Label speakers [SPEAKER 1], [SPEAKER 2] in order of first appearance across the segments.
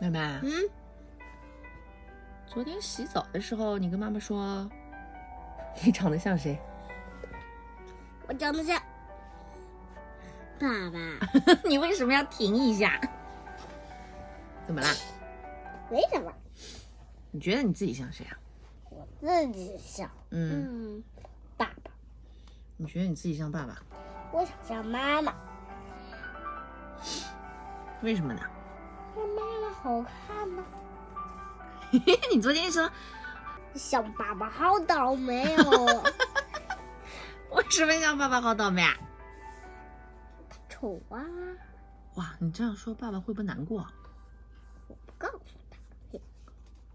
[SPEAKER 1] 妹妹，
[SPEAKER 2] 嗯，
[SPEAKER 1] 昨天洗澡的时候，你跟妈妈 说，你长得像谁？
[SPEAKER 2] 我长得像爸爸，
[SPEAKER 1] 你为什么要停一下？怎么啦？
[SPEAKER 2] 为什么？
[SPEAKER 1] 你觉得你自己像谁啊？
[SPEAKER 2] 我自己像，
[SPEAKER 1] 嗯，
[SPEAKER 2] 嗯，爸爸，
[SPEAKER 1] 你觉得你自己像爸爸？
[SPEAKER 2] 我想像妈妈，
[SPEAKER 1] 为什么 呢？
[SPEAKER 2] 那妈妈好看吗？
[SPEAKER 1] 你昨天说
[SPEAKER 2] 像爸爸好倒霉 哦，
[SPEAKER 1] 为什么像爸爸好倒霉啊？
[SPEAKER 2] 丑啊！
[SPEAKER 1] 哇，你这样说爸爸会不会难过？
[SPEAKER 2] 不告诉他，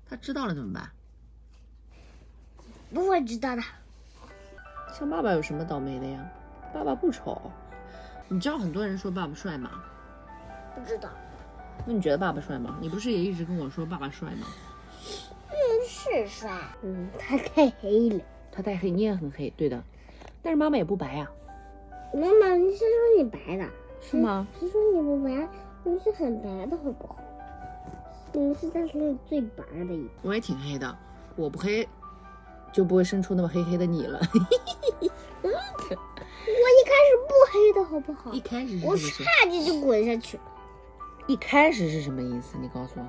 [SPEAKER 1] 他知道了怎么办？
[SPEAKER 2] 不会知道的。
[SPEAKER 1] 像爸爸有什么倒霉的呀？爸爸不丑。你知道很多人说爸爸帅吗？
[SPEAKER 2] 不知道，
[SPEAKER 1] 那你觉得爸爸帅吗？你不是也一直跟我说爸爸帅吗？
[SPEAKER 2] 嗯，是帅，嗯，他太黑了。
[SPEAKER 1] 他太黑，你也很黑，对的。但是妈妈也不白啊呀、
[SPEAKER 2] 我妈，你是说你白的？
[SPEAKER 1] 是吗？
[SPEAKER 2] 是说你不白，你是很白的，好不好？你是当时里最白的一个。
[SPEAKER 1] 我也挺黑的，我不黑就不会生出那么黑黑的你 了。
[SPEAKER 2] 我一开始不黑的好不好
[SPEAKER 1] 一？开始是什
[SPEAKER 2] 我
[SPEAKER 1] 么
[SPEAKER 2] 差
[SPEAKER 1] 事？
[SPEAKER 2] 点就滚下去了。
[SPEAKER 1] 一开始是什么意思？你告诉我。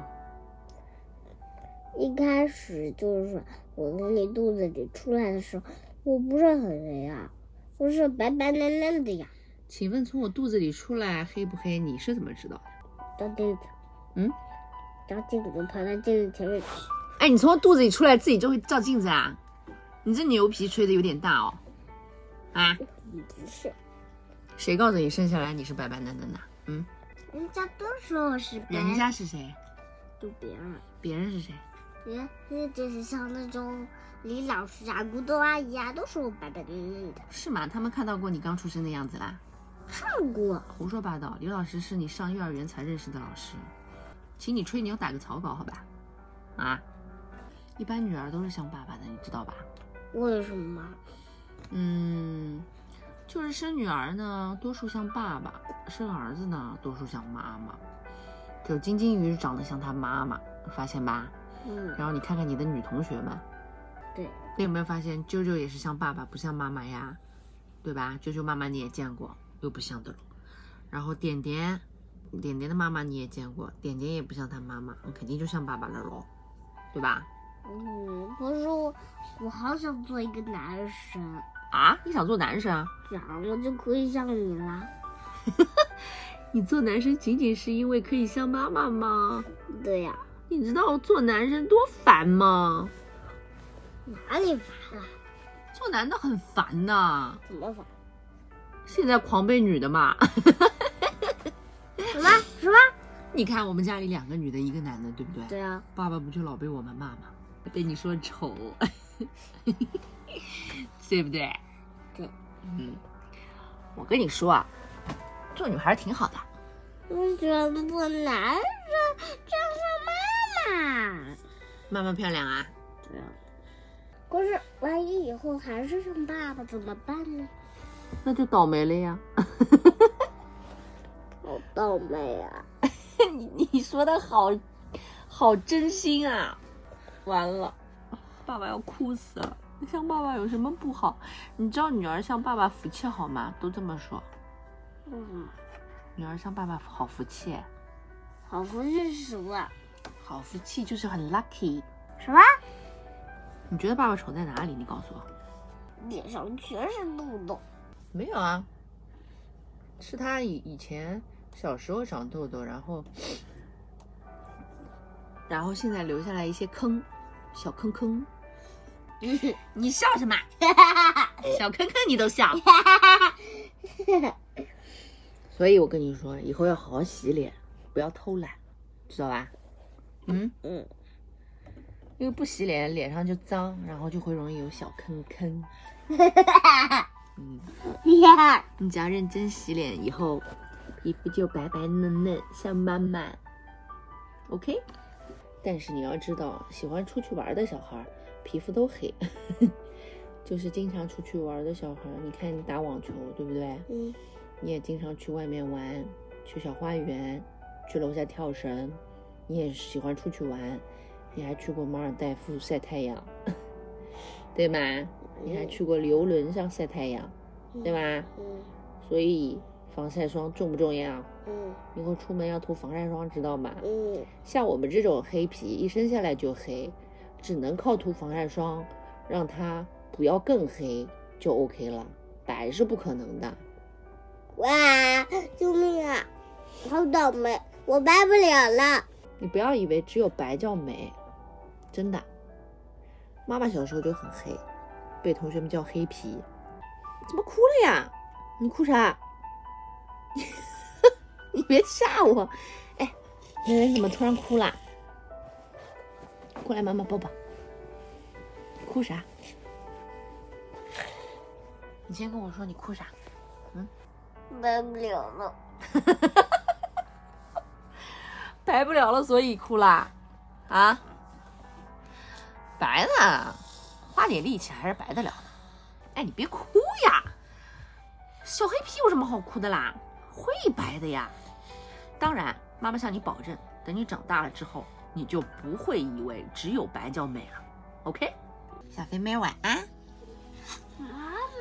[SPEAKER 2] 一开始就是我从你肚子里出来的时候，我不是很黑啊，我是白白嫩嫩的呀，
[SPEAKER 1] 请问从我肚子里出来黑不黑？你是怎么知道的？
[SPEAKER 2] 照镜子，
[SPEAKER 1] 嗯，
[SPEAKER 2] 照镜子跑到镜子前面去，
[SPEAKER 1] 哎，你从我肚子里出来自己就会照镜子啊？你这牛皮吹的有点大哦。啊，
[SPEAKER 2] 不是，
[SPEAKER 1] 谁告诉你生下来你是白白嫩嫩的？哎嗯，
[SPEAKER 2] 人家都说我是白，
[SPEAKER 1] 人家是谁？
[SPEAKER 2] 就别人，
[SPEAKER 1] 别人是谁？
[SPEAKER 2] 人人家就是像那种李老师啊、古董阿姨啊，都说我白白嫩嫩的，
[SPEAKER 1] 是吗？他们看到过你刚出生的样子啦？
[SPEAKER 2] 看过，
[SPEAKER 1] 胡说八道！刘老师是你上幼儿园才认识的老师，请你吹牛打个草稿好吧？啊，一般女儿都是像爸爸的，你知道吧？
[SPEAKER 2] 为什么？
[SPEAKER 1] 嗯，就是生女儿呢，多数像爸爸；生儿子呢，多数像妈妈。就是金金鱼长得像他妈妈，发现吧？
[SPEAKER 2] 嗯，
[SPEAKER 1] 然后你看看你的女同学们，
[SPEAKER 2] 对，
[SPEAKER 1] 你有没有发现啾啾也是像爸爸，不像妈妈呀？对吧？啾啾妈妈你也见过，又不像的了。然后点点，点点的妈妈你也见过，点点也不像他妈妈，肯定就像爸爸了喽，对吧？
[SPEAKER 2] 嗯，可是我我好想做一个男生。
[SPEAKER 1] 啊，你想做男生啊？
[SPEAKER 2] 这样我就可以像你啦。
[SPEAKER 1] 你做男生仅仅是因为可以像妈妈吗？
[SPEAKER 2] 对呀、
[SPEAKER 1] 你知道做男人多烦吗？
[SPEAKER 2] 哪里烦了？
[SPEAKER 1] 做男的很烦呐、
[SPEAKER 2] 怎么烦？
[SPEAKER 1] 现在狂被女的骂。
[SPEAKER 2] 什么什么？
[SPEAKER 1] 你看我们家里两个女的，一个男的，对不对？
[SPEAKER 2] 对啊，
[SPEAKER 1] 爸爸不就老被我们骂吗？被你说丑， 对不对？
[SPEAKER 2] 对，
[SPEAKER 1] 嗯，我跟你说啊，做女孩挺好的。
[SPEAKER 2] 我喜欢做男生，这样像妈妈。
[SPEAKER 1] 妈妈漂亮啊，
[SPEAKER 2] 对啊。可是万一以后还是像爸爸怎么办呢？
[SPEAKER 1] 那就倒霉了呀。
[SPEAKER 2] 好倒霉啊！
[SPEAKER 1] 你你说的好，好真心啊！完了，爸爸要哭死了。像爸爸有什么不好？你知道女儿像爸爸福气好吗？都这么说，
[SPEAKER 2] 嗯，
[SPEAKER 1] 女儿像爸爸好福气，
[SPEAKER 2] 好不是什么？
[SPEAKER 1] 好福气就是很 lucky。
[SPEAKER 2] 什么？
[SPEAKER 1] 你觉得爸爸丑在哪里？你告诉我。
[SPEAKER 2] 脸上全是痘痘。
[SPEAKER 1] 没有啊，是他以以前小时候长痘痘，然后，然后现在留下来一些坑，小坑坑。嗯 你笑什 么？小坑坑你都笑。 所以我跟你说，以后要好好洗脸，不要偷懒，知道吧？嗯，
[SPEAKER 2] 嗯，
[SPEAKER 1] 因为不洗脸，脸上就脏，然后就会容易有小坑坑。嗯。你只要认真洗脸，以后皮肤就白白嫩嫩，像妈妈。OK，但是你要知道，喜欢出去玩的小孩儿皮肤都黑， 就是经常出去玩的小孩儿。你看你打网球，对不对？
[SPEAKER 2] 嗯，
[SPEAKER 1] 你也经常去外面玩，去小花园，去楼下跳绳，你也喜欢出去玩，你还去过马尔代夫晒太阳， 对吗？你还去过游轮上晒太阳，对吧？
[SPEAKER 2] 嗯
[SPEAKER 1] 所以防晒霜重不重要？
[SPEAKER 2] 嗯
[SPEAKER 1] 以后出门要涂防晒霜，知道吗？
[SPEAKER 2] 嗯
[SPEAKER 1] 像我们这种黑皮，一生下来就黑，只能靠涂防晒霜，让它不要更黑就 OK 了。白是不可能的，
[SPEAKER 2] 哇！救命啊！好倒霉，我掰不了了。
[SPEAKER 1] 你不要以为只有白叫美，真的。妈妈小时候就很黑，被同学们叫黑皮。怎么哭了呀？你哭啥？ 你别吓我！哎，圆圆怎么突然哭啦？过来，妈妈抱抱。哭啥？你先跟我说你哭啥？
[SPEAKER 2] 掰不了了。
[SPEAKER 1] 白不了了，所以哭啦？啊？白呢，花点力气还是白得了的。哎，你别哭呀，小黑皮有什么好哭的啦？会白的呀。当然，妈妈向你保证，等你长大了之后，你就不会以为只有白叫美了。OK，小肥妹晚安。
[SPEAKER 2] 妈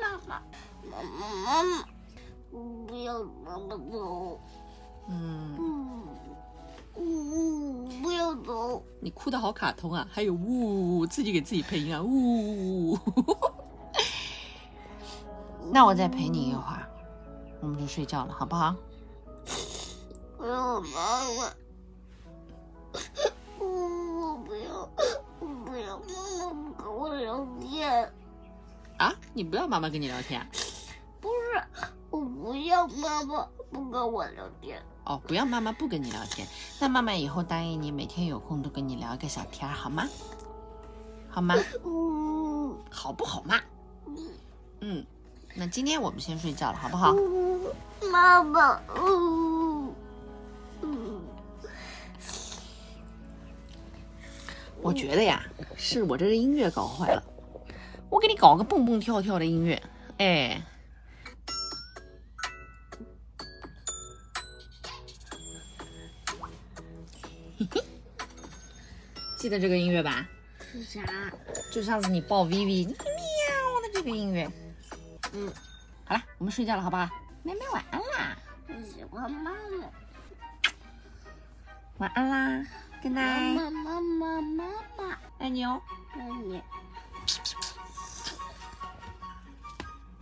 [SPEAKER 2] 妈妈妈妈妈，嗯不要妈妈走。
[SPEAKER 1] 嗯，
[SPEAKER 2] 嗯嗯，不要走。
[SPEAKER 1] 你哭的好卡通啊，还有呜，自己给自己配音啊，呜。 那我再陪你一会儿，我们就睡觉了，好不好？
[SPEAKER 2] 不要哎妈妈，我不要，我不要妈妈跟我聊天，
[SPEAKER 1] 啊，你不要妈妈跟你聊天啊、
[SPEAKER 2] 不是，我不要妈妈不跟我聊天。
[SPEAKER 1] 哦，不要妈妈不跟你聊天。那妈妈以后答应你，每天有空都跟你聊一个小天儿，好吗？好 吗？
[SPEAKER 2] 嗯，
[SPEAKER 1] 好不好嘛？嗯，那今天我们先睡觉了，好不好？
[SPEAKER 2] 嗯妈妈，嗯嗯
[SPEAKER 1] 我觉得呀，是我这个音乐搞坏了，我给你搞个蹦蹦跳跳的音乐，哎。记得这个音乐吧？
[SPEAKER 2] 是啥？
[SPEAKER 1] 就上次你抱 Vivi 喵的这个音乐。
[SPEAKER 2] 嗯，
[SPEAKER 1] 好了，我们睡觉了，好不好？妹妹晚安啦，
[SPEAKER 2] 我喜欢妈妈，
[SPEAKER 1] 晚安啦，Good
[SPEAKER 2] 妈
[SPEAKER 1] night，
[SPEAKER 2] 妈妈妈妈妈，
[SPEAKER 1] 爱你哦。
[SPEAKER 2] 爱你，